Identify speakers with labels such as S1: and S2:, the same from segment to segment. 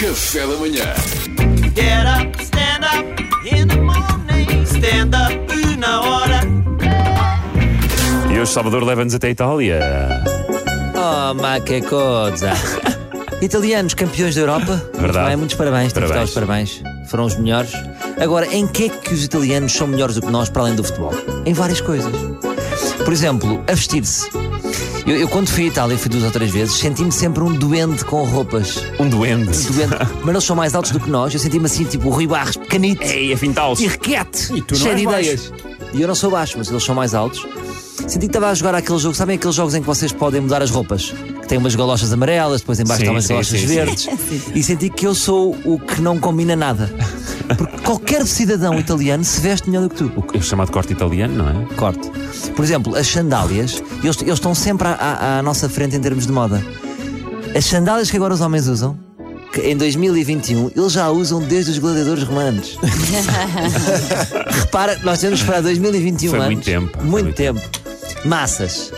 S1: Café da manhã.
S2: Get up, stand up in the morning. Stand up na hora.
S3: E hoje Salvador leva-nos até a Itália.
S4: Oh, ma che cosa! Italianos campeões da Europa.
S3: Verdade.
S4: Muito bem, muitos parabéns. Temos que dar os
S3: Parabéns.
S4: parabéns. Foram os melhores. Agora, em que é que os italianos são melhores do que nós para além do futebol? Em várias coisas. Por exemplo, a vestir-se. Eu, eu quando fui à Itália, fui duas ou três vezes, senti-me sempre um duende com roupas.
S3: Um duende.
S4: Duende. Mas eles são mais altos do que nós. Eu senti-me assim, tipo, o Rui Barros, pequenito
S3: Ei, é afintal-se.
S4: e requete,
S3: tu não
S4: cheio
S3: és
S4: de
S3: baixo.
S4: ideias. E eu não sou baixo, mas eles são mais altos. Senti que estava a jogar aquele jogo, sabem aqueles jogos em que vocês podem mudar as roupas? Que tem umas galochas amarelas, depois em baixo
S3: Sim,
S4: estão umas
S3: sim,
S4: galochas
S3: sim, sim.
S4: verdes. E senti que eu sou o que não combina nada. Porque qualquer cidadão italiano se veste melhor do que tu.
S3: É chamado corte italiano, não é?
S4: Corte. Por exemplo, as sandálias, eles, eles estão sempre à, à- à nossa frente em termos de moda. As sandálias que agora os homens usam, que em 2021, eles já usam desde os gladiadores romanos. Repara, nós temos que esperar 2021
S3: Foi
S4: anos.
S3: muito tempo, foi
S4: Muito
S3: muito
S4: tempo. Massas.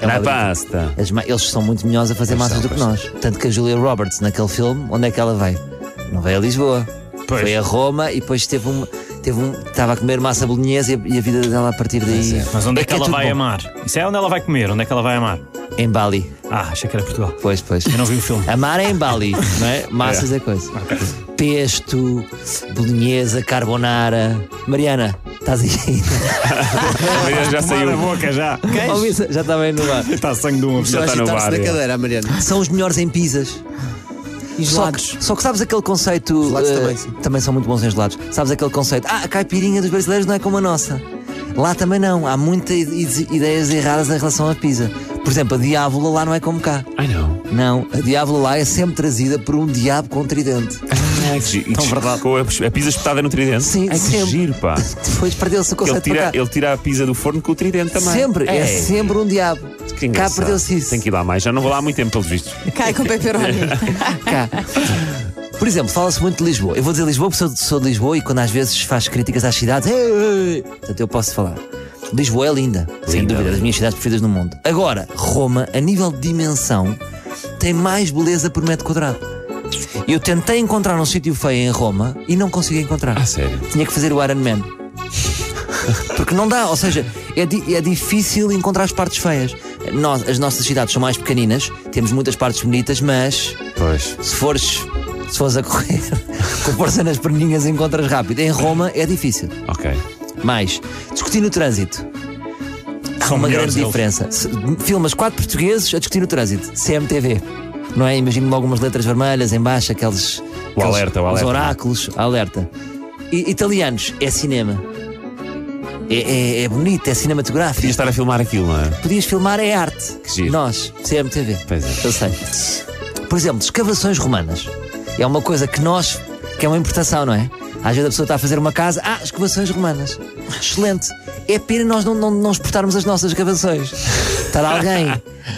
S4: É
S3: Na
S4: uma
S3: pasta.
S4: as ma- eles são muito melhores a fazer
S3: Pois
S4: massas
S3: são,
S4: do que
S3: pois
S4: nós. Tanto que a Julia Roberts, naquele filme, onde é que ela veio? Não veio a Lisboa.
S3: Pois.
S4: Foi a Roma e depois teve um. Teve um estava a comer massa bolonhesa e a, e a vida dela a partir daí.
S5: Mas onde é que,
S4: é
S5: ela
S4: tudo
S5: vai
S4: bom.
S5: amar? Isso é onde ela vai comer, onde é que ela vai amar?
S4: Em Bali.
S5: Ah, achei que era Portugal.
S4: Pois, pois.
S5: Eu não vi o filme.
S4: Amar é em Bali, não é? Massas é, coisa. Pesto, bolonhesa, carbonara. Mariana, estás aí?
S3: Mas Ah, já
S5: Tomar a
S3: saiu.
S5: boca já.
S4: Oh, Missa, Já está bem no bar.
S5: Está sangue de um
S3: Já está no bar. é.
S4: São os melhores em pizzas.
S6: E
S4: Só
S6: gelados.
S4: que, só que sabes aquele conceito.
S6: Gelados
S4: eh,
S6: também, sim.
S4: são muito bons em gelados. Sabes aquele conceito. Ah, a caipirinha dos brasileiros não é como a nossa. Lá também não. Há muitas ideias erradas em relação à pizza. Por exemplo, a diávola lá não é como cá.
S3: Ai não.
S4: Não, a diávola lá é sempre trazida por um diabo com tridente.
S3: Ai, que Tão verdade. Com a, a pizza espetada no tridente.
S4: Sim,
S3: Ai, que
S4: sempre.
S3: giro, pá.
S4: Depois perdeu-se
S3: Ah.
S4: o
S3: Ele
S4: conceito
S3: tira,
S4: para cá.
S3: ele tira a pizza do forno com o tridente também.
S4: Sempre, é,
S3: Ei,
S4: sempre um diabo.
S3: que
S4: Cá
S3: engraçado.
S4: perdeu-se isso.
S3: Tem que ir lá mais. Já não vou lá há muito tempo, pelos vistos.
S6: Cai com pepperoni.
S4: cá. Por exemplo, fala-se muito de Lisboa. Eu vou dizer Lisboa porque sou, sou de Lisboa e quando às vezes faz críticas às cidades, "Ei, ei", portanto eu posso falar. Lisboa é linda, sem
S3: Linda,
S4: dúvida, das minhas cidades preferidas no mundo. Agora, Roma, a nível de dimensão, tem mais beleza por metro quadrado. Eu tentei encontrar um sítio feio em Roma e não consegui encontrar.
S3: Ah, sério?
S4: Tinha que fazer o Iron Man. Porque não dá, ou seja, é, di- é difícil encontrar as partes feias. Nós- as nossas cidades são mais pequeninas, temos muitas partes bonitas, mas
S3: Pois.
S4: se fores, se fores a correr com força nas perninhas, encontras rápido. Em Roma é difícil.
S3: Ok.
S4: Mas, discutir no trânsito. Há
S5: São
S4: uma
S5: melhores
S4: grande
S5: eles.
S4: diferença. Se- Filmas quatro portugueses a discutir no trânsito. CMTV. Não é? Imagino-me algumas letras vermelhas em baixo, aqueles,
S3: O
S4: aqueles-
S3: alerta, o
S4: aqueles
S3: alerta.
S4: oráculos, alerta. E- italianos, é cinema. É, é- é bonito, é cinematográfico.
S3: Podia estar a filmar aquilo, não é?
S4: Podias filmar é arte.
S3: Que giro.
S4: Nós, CMTV.
S3: Pois é.
S4: Eu sei. Por exemplo, escavações romanas. É uma coisa que nós. que é uma importação, não é? Às vezes a pessoa está a fazer uma casa. Ah, escavações romanas. Excelente. É pena nós não, não, não exportarmos as nossas escavações. Estar alguém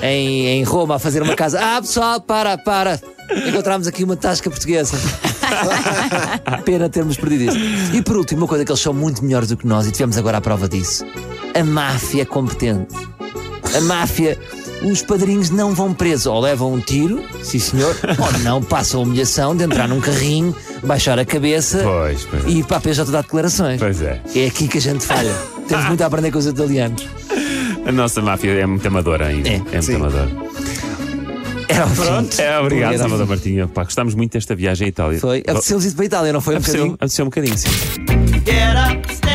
S4: em, em Roma a fazer uma casa. Ah, pessoal, para, para. Encontramos aqui uma tasca portuguesa. Pena termos perdido isso. E por último, uma coisa que eles são muito melhores do que nós e tivemos agora a prova disso: a máfia competente. A máfia, os padrinhos não vão presos. Ou levam um tiro, sim senhor, ou não passam a humilhação de entrar num carrinho, baixar a cabeça
S3: Pois, pois.
S4: e ir para a PJ dar declarações.
S3: Pois é.
S4: É aqui que a gente falha. Temos muito a aprender com os italianos.
S3: A nossa máfia é muito amadora ainda.
S4: É.
S3: É, muito amadora.
S4: Era o Pronto.
S3: É, obrigado,
S4: Obrigado.
S3: Salvador Martinho. Pá, gostámos muito desta viagem à Itália.
S4: Foi.
S3: Apeteceu,
S4: Apeteceu-lhes ir para a Itália, não foi? Um
S3: apeteceu,
S4: bocadinho.
S3: um bocadinho, sim.
S2: Get up, stand